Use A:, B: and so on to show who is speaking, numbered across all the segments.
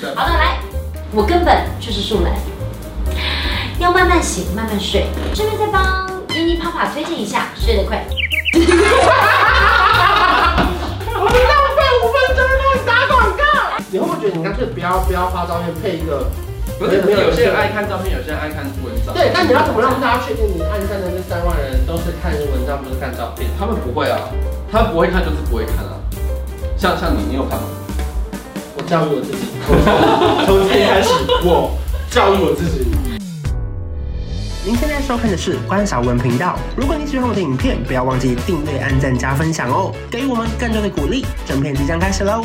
A: 对
B: 好了，来，我根本就是素人，要慢慢醒，慢慢睡。顺便再帮妮妮啪啪推荐一下，睡得快。
C: 你浪费五分钟让你打广告，你会不会觉得你干脆不要不要发照片配一个？
A: 不是，有些人爱看照片，有些人爱看文章。
C: 呃对，但你要怎么让大家确定你按赞的那三万人都是看文章不是看照片？
A: 他们不会啊，他们不会看就是不会看啊。像像你，你有看吗？
C: 我教育我自己，从今天开始我教育我自己。您现在收看的是关少文频道。如果你喜欢我的影片，不要忘记订阅、按赞、加分享哦，给予我们更多的鼓励。整片即将开始喽！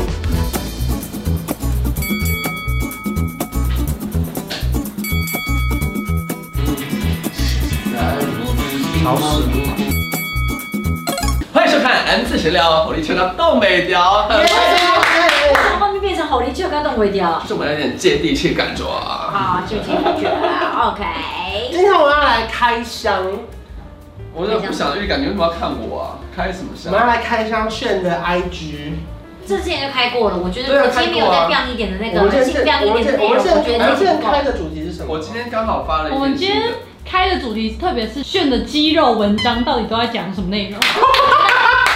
A: 好屎！欢迎收看 M 字闲聊，我力圈的冻美雕，很开心
B: 从后面变成吼力就跟动微雕。
A: 就是我们有点接地气感觉啊。
B: 好，就这样子了，OK。
C: 今天我们要来开箱，
A: 我真的不想预感，你为什么要看我啊？开什么
C: 我
A: 箱
C: 们？要来开箱炫的 IG。
B: 这之前就开过了，我觉
C: 对
B: 得
C: 啊
B: 我今天没有
C: 开过
B: 再
C: 啊
B: 亮一点的那
C: 我
B: 个，
C: 们
B: 再
C: 现在
B: 亮一
C: 我们
B: 点的
C: 现
B: 内
C: 我
B: 容，我觉
C: 们现
B: 得
C: 在我们
B: 这个
C: 现在
B: 不
C: 开
B: 够。
C: 的主题是什么？
A: 我今天刚好发了一
D: 我们
A: 件
D: 今
A: 新
D: 天
A: 的。
D: 开的主题，特别是炫的肌肉文章，到底都在讲什么内容？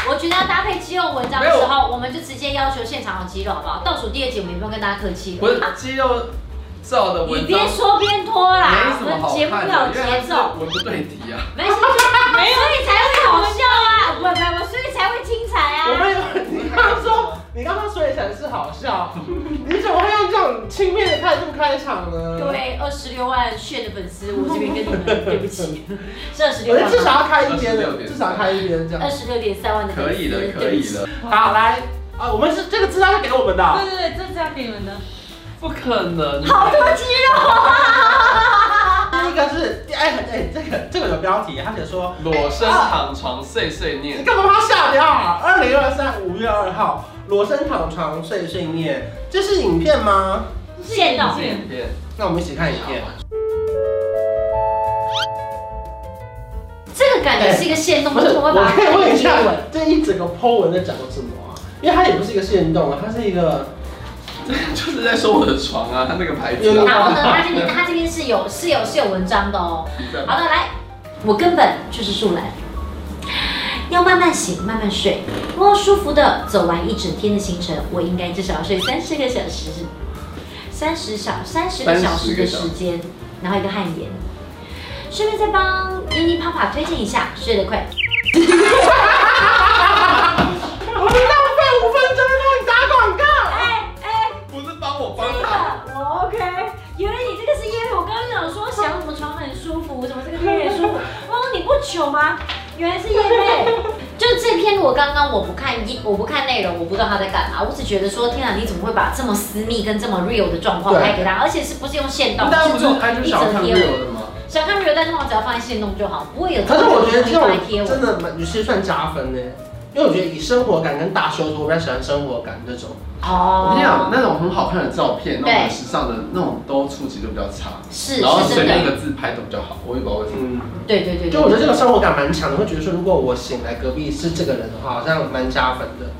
B: 我觉得要搭配肌肉文章的时候，我们就直接要求现场有肌肉，好不好？倒数第二集我们也不用跟大家客气了。
A: 不是肌肉照的
B: 你
A: 文章
B: 边，说边拖啦，
A: 没什
B: 啊我
A: 么
B: 们
A: 好
B: 节目
A: 看
B: 要有
A: 的，因为
B: 节
A: 它
B: 奏
A: 是，文不对题啊。
B: 没事，没有，所以才会好笑啊，不不不，所以才会精彩
C: 我
B: 啊。
C: 们有，你刚刚说，你刚刚说起来是好笑，你怎么会用这种轻蔑的态度开场呢？
B: 各，位二十六万炫的粉丝，我这边跟你们对不起， 是二十六
C: 我
B: 万
C: 们至
B: 吗？
C: 少要开一边
A: 26
C: 的，
A: 点
C: 至少开一边这
B: 二
C: 样。
B: 十六点三万的粉
A: 可
B: 丝，
A: 以的，可
B: 对不
A: 以
B: 起。
A: 的，
C: 好，来，啊，我们是这个资料是给我们的
D: 对
C: 哦，
D: 对对，这是要给你们的。
A: 不可能。
B: 好多肌肉啊！
C: 第一个是，哎哎，这个这个有标题，他写说，
A: 裸身躺床碎碎
C: 你
A: 念，
C: 干嘛把它下标啊？二零二三五月二号，裸身躺床睡睡念，这是影片吗？
B: 现动
A: 啊
D: 这是影
A: 片。
C: 那我们一起看影片。
B: 这个感觉是一个现动，
C: 不是，
B: 怎么
C: 我
B: 会把它
C: 可以问一
B: 贴
C: 下
B: 文？，
C: 这一整个 Po 文在讲什么啊？因为它也不是一个限动啊，它是一个
A: 这就是在说我的床啊，他那个牌
C: 有
A: 子
B: 然
A: 啊
B: 后呢，他这边他这边是有是有是有文章的哦。
A: 你在
B: 好的，来，我根本就是树懒，要慢慢醒，慢慢睡，如果舒服的走完一整天的行程，我应该至少要睡三十个小时，三十小三十个小时的时间，然后一个汗颜。顺便再帮妮妮啪啪推荐一下，睡得 快。
C: 我们浪费五分钟让你打广告。
B: 哎哎，
A: 不是帮我
B: 这
A: 帮他，
B: 个我 OK。原来你这个是因为我刚刚想说想什么床很舒服，什么这个地方也舒服。哦，你不糗吗？原来是叶妹。就这篇，我刚刚我不看一，我不看内容，我不知道他在干嘛。我只觉得说，天啊，你怎么会把这么私密跟这么 real 的状况
C: 对
B: 拍给他？而且是不是用线动，
A: 大家不是
B: 做
A: IG
B: 一
A: 小
B: 整
A: 看
B: 贴文。
A: real 的吗？
B: 想看 real，但是我只要放在线动就好，不会有。
C: 可是我觉得这
B: 放贴
C: 种真
B: 文。
C: 的蛮，其实算加分呢，因为我觉得以生活感跟大修图，我比较喜欢生活感这种。
A: 我跟你讲，
B: 哦，
A: 那种很好看的照片，那种很
B: 对
A: 时尚的那种都触及度比较差，
B: 是
A: 然后
B: 是
A: 随
B: 真
A: 便一
B: 的，
A: 个字拍都比较好，我也不知道为什么。
C: 嗯，
B: 对对对
C: 就我觉得这
B: 对。
C: 个生活感蛮强的，会觉得说，如果我醒来隔壁是这个人的话，好像蛮加分的。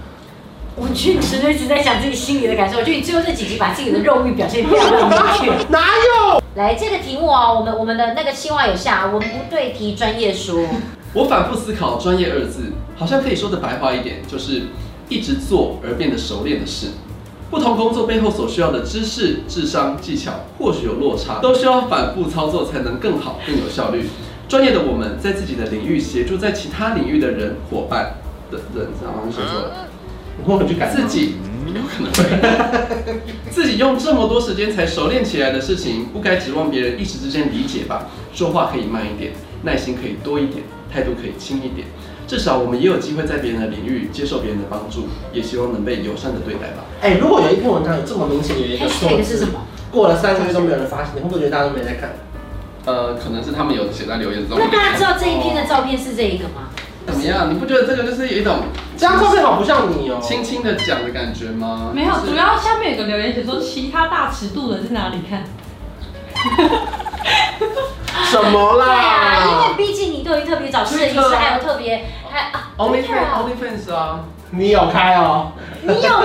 B: 我确实一直在想自己心里的感受，我觉得你最后这几集把自己的肉欲表现得非常非常明确。
C: 哪有？
B: 来，这个题目哦，我们我们的那个计划有下，文不对题专业说，
A: 我反复思考“专业”二字，好像可以说的白话一点，就是一直做而变得熟练的事。不同工作背后所需要的知识、智商、技巧，或许有落差，都需要反复操作才能更好、更有效率。专业的我们在自己的领域协助在其他领域的人、伙伴的人，然后说错了。
C: 你问我去改吗
A: 自己有可能会， 自己用这么多时间才熟练起来的事情，不该指望别人一时之间理解吧。说话可以慢一点，耐心可以多一点，态度可以轻一点。至少我们也有机会在别人的领域接受别人的帮助，也希望能被友善的对待吧。
C: 哎、如果有一篇文章有这么明显有一个错
B: 哎这个是
C: 字
B: 什，么？
C: 过了三个月都没有人发现，你会不会觉得大家都没在看？
A: 呃，可能是他们有写在留 言中。
B: 那大家知道这一篇的照片是这一个吗？
A: 怎么样？你不觉得这个就是有一种
C: 这张照片好不像你哦、
A: 轻轻的讲的感觉吗？
D: 没有
A: 就，是
D: 主要下面有个留言写说，其他大尺度的在哪里看？
C: 什么
B: 对啊，因为
C: 啦？
B: 毕竟你都有特别找摄影师，还有特别还啊，
A: OnlyFans
B: 啊
A: OnlyFans 啊。
C: 你有开哦、
B: 你有吗？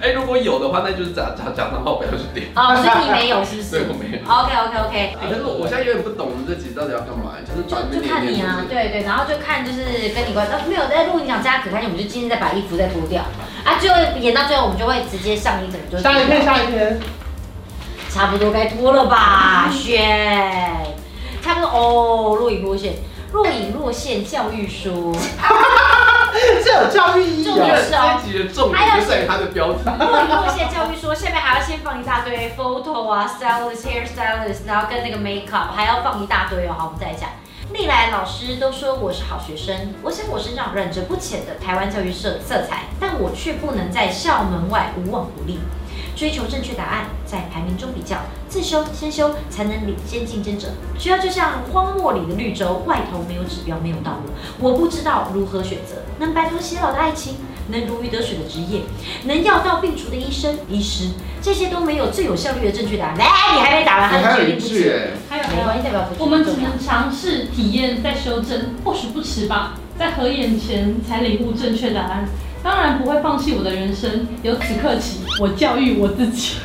A: 哎、哎、如果有的话，那就是假假假账号，不要去点。
B: 哦，所以你没有是不
A: 所以
B: 是
A: 我没有。
B: ？OK OK OK，
A: 哎可是我我现在有点不懂我们这集到底要干嘛，就是转
B: 就就看你啊，对对，然后就看就是跟你关，哦没有在录影讲家可看见，我们就今天再把衣服再脱掉啊，最后演到最后我们就会直接上一整就
C: 下一篇，下一 篇，
B: 差不多该脱了吧，轩，差不多哦，若隐若现，若隐若现教育书，
C: 这有教育意义
A: 我觉
B: 重
A: 得
B: 点
C: 哦。
A: 这一集的重点就在于它的标题。
B: 若隐若现教育说，下面还要先放一大堆 photo 啊，stylist hair stylist，然后跟那个 makeup 还要放一大堆哦。好，我们再来讲。历来老师都说我是好学生，我想我身上染着不浅的台湾教育色色彩，但我却不能在校门外无往不利。追求正确答案，在排名中比较，自修先修才能领先竞争者。学校就像荒漠里的绿洲，外头没有指标，没有道路，我不知道如何选择。能白头偕老的爱情，能如鱼得水的职业，能药到病除的医生、医师，这些都没有最有效率的正确答案。哎来，你还没打完，
A: 我
B: 他
A: 还
B: 就
A: 有
B: 决定
A: 一
B: 不
A: 句
B: 吃。
A: 哎，
D: 还有还
B: 没
D: 有
B: 关，系，代表不吃
D: 我们
B: 不
D: 只
B: 重要
D: 能尝试体验再修正，或许不迟吧。在合眼前才领悟正确答案，当然不会放弃我的人生。由此刻起，我教育我自己。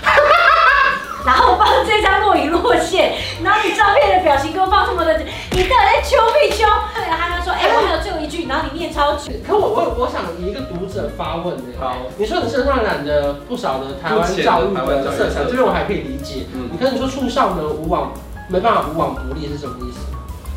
B: 然后放这张若隐若现，然后你照片的表情给我放这么的，你到底在求没求？对了，他就说，哎、我还有最后一句，然后你念超久。
C: 可我我我想以一个读者发问呢。
A: 好，
C: 你说你身上染着不少的台湾教育的色彩，这边我还可以理解。
A: 嗯
C: 你可是你说出校门无往，没办法无往不利是什么意思？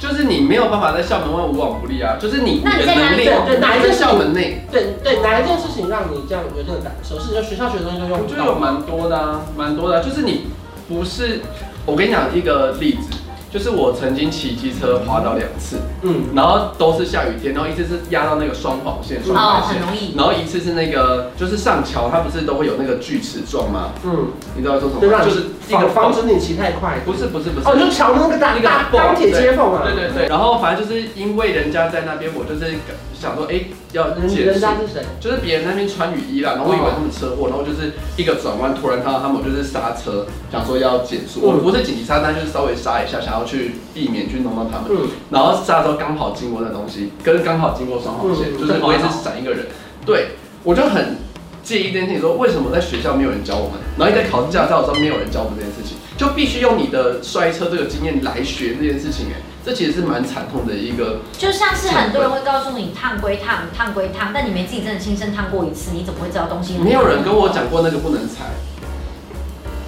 A: 就是你没有办法在校门外无往不利啊，就是你
B: 那
A: 你的
B: 你在哪
A: 能
B: 里
A: 力
C: 对对哪一
A: 还
C: 个
A: 在
C: 是
A: 校门内，
C: 对对，哪一件事情让你这样有这种感受？是就学校学生就
A: 我
C: 用不
A: 觉得有
C: 到吗？
A: 蛮多的啊，蛮多的啊、就是你不是，我跟你讲一个例子，就是我曾经骑机车滑倒两次，
C: 嗯，
A: 然后都是下雨天，然后一次是压到那个双黄线、双白
B: 哦，
A: 线
B: 很，容易。
A: 然后一次是那个就是上桥，它不是都会有那个锯齿状吗？
C: 嗯，
A: 你知道在说什
C: 就
A: 么
C: 让
A: 吗？
C: 你
A: 就是一个
C: 防防止你骑太快。
A: 不是不是不是，
C: 哦，就桥那个大
A: 一个
C: 大
A: 缝
C: 钢铁接缝啊。
A: 对对对，然后反正就是因为人家在那边，我就是想说，哎，要
C: 人
A: 解
C: 嗯人
A: 释。
C: 家是哦谁？
A: 就是别人那边穿雨衣啦，然后我以为他们车祸，然后就是一个转弯，突然看到他们，我就是刹车，想说要减速，我
C: 嗯
A: 不是紧急刹，但就是稍微刹一下，想要去避免去弄到他们。
C: 嗯，
A: 然后刹的时候刚好经过那东西，跟刚好经过双黄线，
C: 嗯
A: 就是我也是闪一个人。对，我就很介意这件事情，说为什么在学校没有人教我们，然后你在考驾照的时候没有人教我们这件事情，就必须用你的摔车这个经验来学这件事情、哎，这其实是蛮惨痛的一个
B: 就像是很多人会告诉你烫归烫，烫归烫，但你没自己真的亲身烫过一次，你怎么会知道东西？
A: 没有人跟我。讲过那个不能踩，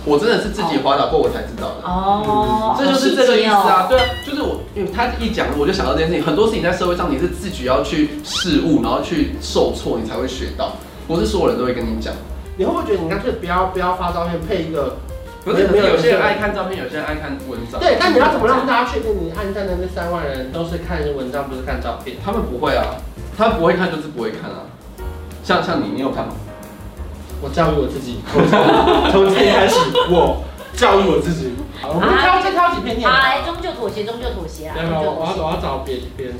A: 我真的是自己滑倒过我才知道的。
B: 哦，
A: 这就是这个意思啊，对啊，就是我，因为他一讲，我就想到这件事情。很多事情在社会上你是自己要去试悟，然后去受挫，你才会学到，不是所有人都会跟你讲。
C: 你会不会觉得你干脆不要不要发照片配一个？
A: 可是可能有些人爱看照片，有些人爱看文章。
C: 对，但你要怎么让大家确定你按赞的那三万人都是看文章不是看照片？
A: 他们不会啊，他们不会看就是不会看啊。像像你，你有看吗？
C: 我教育我自己，从 从今天开始我教育我自己。好我们挑再挑几篇念
B: 好，
C: 吧。
B: 来，终究妥协，终究妥协啦。
C: 没有
B: 终
C: 没有，
B: 究
C: 我
B: 妥
C: 要
B: 协
C: 我要找别别人。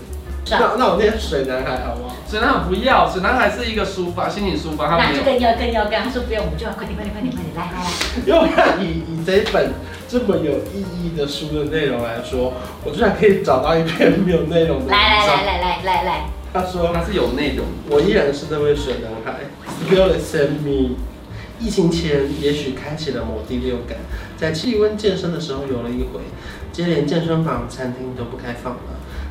B: 是啊
C: 那那我念水男孩好不好？
A: 沈南不要，沈南还是一个抒发心情抒发，他
B: 那
A: 没
B: 就
A: 有。
B: 更要更要更要说不用，我们就要快点快点快点快点，来来来，
C: 因为我看以以这一本这么有意义的书的内容来说，我居然可以找到一篇没有内容的文
B: 来来
C: 章。
B: 来来来来
C: 他说
A: 他是有内容，
C: 我依然是那位水男孩，Still is in me。疫情前也许开启了我第六感，在气温健身的时候游了一回，接连健身房、餐厅都不开放了。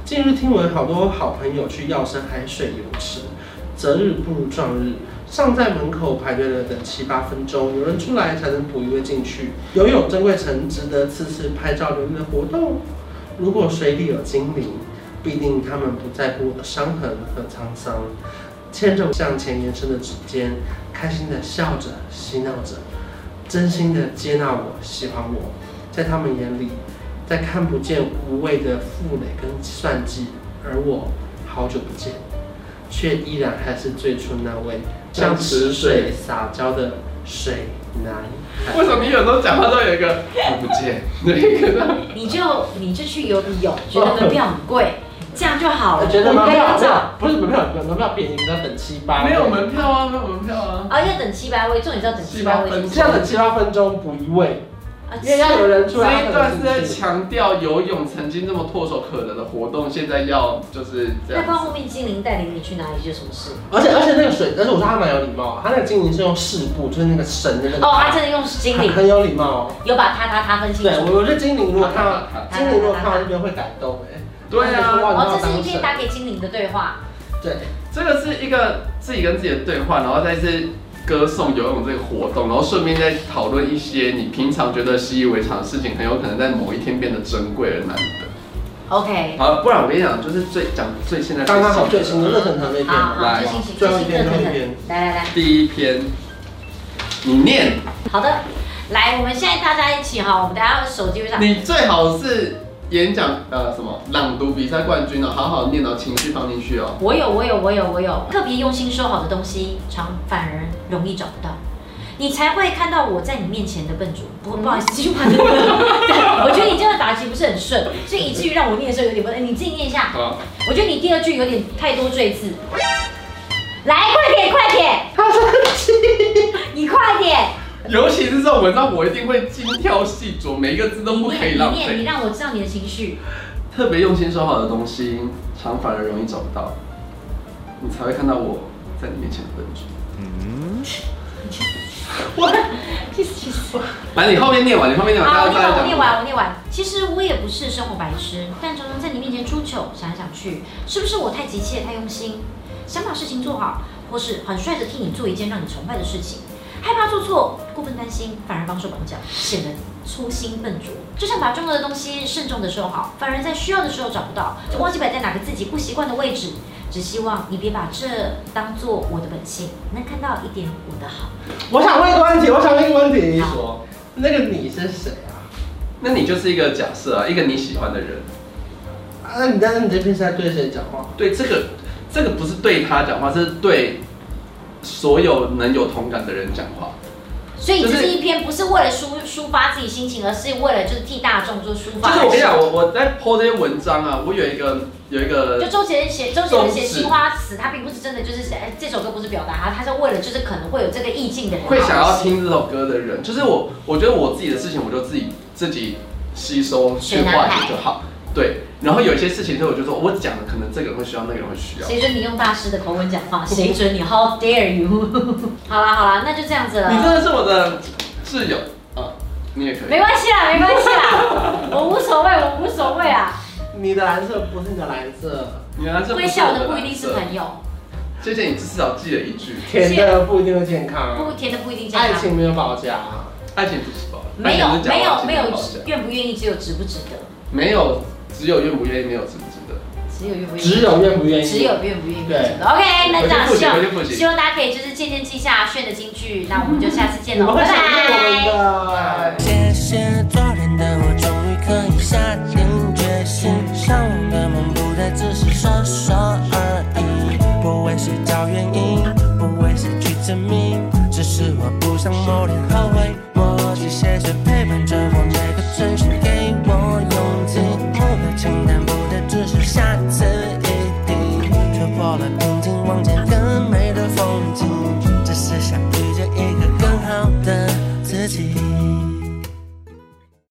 C: 近日听闻好多好朋友去药山海水泳池，择日不如撞日，上在门口排队了等七八分钟，有人出来才能补一位进去。游泳珍贵成值得次次拍照留念的活动。如果水里有精灵，必定他们不在乎伤痕和沧桑，牵着向前延伸的指尖，开心的笑着嬉闹着，真心的接纳我，喜欢我，在他们眼里，在看不见无谓的负累跟算计，而我好久不见，却依然还是最初那位像池水撒娇的水男孩。
A: 为什么你有时候讲话都有一个 看不见？对，可能
B: 来，你就你就去游泳，觉得门票很贵，这样就好了。
C: 我觉得
B: 我
C: 门
B: 们
C: 票
B: 要找，
C: 不是门票，门票便宜，你要等七八，
A: 没有门票啊，没有门票啊。
B: 啊，要等七百位，重点是要等七百位。
C: 这样等七八分钟补一位。
B: 啊
A: 因为要有人出来。这一段
C: 是
A: 是在
C: 在
A: 强调游泳曾经那么唾手可得的活动，现在要就是这
B: 那不
A: 样。
B: 然后面精灵带领你去哪里就什么事。
C: 而且而且那个水，而且我说他蛮有礼貌，啊他那个精灵是用饰布，就是那个绳的那个。
B: 哦，他真的用精
C: 很
B: 灵，
C: 很有礼貌哦。
B: 有把他他他分清
C: 对，
B: 楚。
C: 我我觉得精灵如果看到
A: 他
B: 他
C: 精灵如果看到这边会感动哎。
A: 对啊
C: 他就说哇
B: 哦，这是
C: 你把我
B: 一
C: 当
B: 篇
C: 神
B: 打给精灵的对话。
C: 对，
A: 这个是一个自己跟自己的对话，然后再是歌颂游泳这个活动，然后顺便再讨论一些你平常觉得习以为常的事情，很有可能在某一天变得珍贵而难得。
B: OK，
A: 好，不然我跟你讲，就是最讲最现在
C: 刚刚好最
A: 最
C: 新
A: 新
C: 的
A: 的
C: 热腾腾那一
B: 好
C: 片嘛。
B: 好，
A: 来
B: 最新型，
C: 最
B: 最
C: 后一
B: 新
C: 篇
B: 的课
C: 最后
B: 程
C: 一篇，
B: 来来来，
A: 第一篇，你念，
B: 好的，来，我们现在大家一起哈，我们大家手机会上，
A: 你最好是演讲呃什么朗读比赛冠军哦，好好念哦，情绪放进去哦。
B: 我有，我有，我有，我有，特别用心收好的东西，常反而容易找不到。你才会看到我在你面前的笨拙。不过不好意思，这句话 真的，我觉得你这个答题不是很顺，所以以至于让我念的时候有点不，哎你自己念一下。
A: 好，
B: 我觉得你第二句有点太多赘字。来，快点，快点！ 他生气，你快点！
A: 尤其是这种文章，我一定会精挑细琢，每一个字都不可以浪
B: 你念，你
A: 费。
B: 让我知道你的情绪。
A: 特别用心收好的东西，常反而容易找不到，你才会看到我在你面前的笨拙。
B: 气死气死！
A: 来，你后面念完，你后面念完，
B: 好，
A: 大
B: 我
A: 家
B: 念完，我
A: 再
B: 念
A: 讲。
B: 完，我念完。其实我也不是生活白痴，但常常在你面前出糗，想来想去，是不是我太急切、太用心，想把事情做好，或是很率的替你做一件让你崇拜的事情，害怕做错，过分担心，反而绑手绑脚，显得粗心笨拙。就像把重要的东西慎重的收好，反而在需要的时候找不到，就忘记摆在哪个自己不习惯的位置。只希望你别把这当做我的本性，能看到一点我的好。
C: 我想问一个问题，我想问一个问题，说那个你是谁啊？
A: 那你就是一个假设啊，一个你喜欢的人。
C: 啊，那你在你这边是在对谁讲话？
A: 对，这个这个不是对他讲话，这是对所有能有同感的人讲话。
B: 所以
A: 就
B: 这
A: 是
B: 是一篇不是为了抒抒发自己心情，而是为了就是替大众做抒
A: 就
B: 发。
A: 是我跟你讲，我我在 po 这些文章啊，我有一个有一
B: 就
A: 个，
B: 周杰伦写周杰伦写
A: 宗旨
B: 青花词，他并不是真的就是哎这首歌不是表达他，他是为了就是可能会有这个意境的人
A: 会想要听这首歌的人，就是我，我觉得我自己的事情，我就自己自己吸收去化解就好。对，然后有一些事情，所以我就说我讲的可能这个人会需要，那个人会需要。
B: 谁准你用大师的口吻讲话？谁准你？How dare you！好 啦好啦，那就这样子了。
A: 你真的是我的挚友啊，你也可
B: 没
A: 以。
B: 关系啦，没关 系啦，我无所谓，我无所谓啊。
C: 你的蓝色不是你的蓝色，
A: 你原来这
B: 会笑的不一定是朋友，
A: 谢谢你至少记了一句，
C: 甜的不一定会健
A: 啊
B: 不
C: 康，啊
B: 甜的不一定健
C: 爱
B: 康。
C: 情没有保家。
A: 爱情不是宝，
B: 没有
A: 爱情不是假话
B: 没有
A: 请不
B: 没
A: 要
B: 有
A: 抱歉，
B: 愿不愿意，只有值不值得，
A: 没有，只有愿不愿意，没有值不值得。
B: 只有愿不愿意。
C: 只有愿不愿意，
B: 只有愿不愿意
C: 对
B: 这个 OK，那这样
A: 回去复习
B: 希望
A: 回去复习
B: 希望大家可以就是渐渐记下炫的金句，那我们就下次见
C: 你
B: 喽，
C: 们会
B: 哦拜
C: 想念我们
B: 拜。
C: 的。
E: 谢谢昨天的我，终于可以下定决心，向往的梦不再只是说说而已。不为谁找原因，不为谁去证明，只是我不想某天后悔莫及。谢谢陪伴着我每个晨曦，给我勇气。目标清单不再只是下次一定，突破了瓶颈，望见更美的风景，只是想遇见一个更好的自己。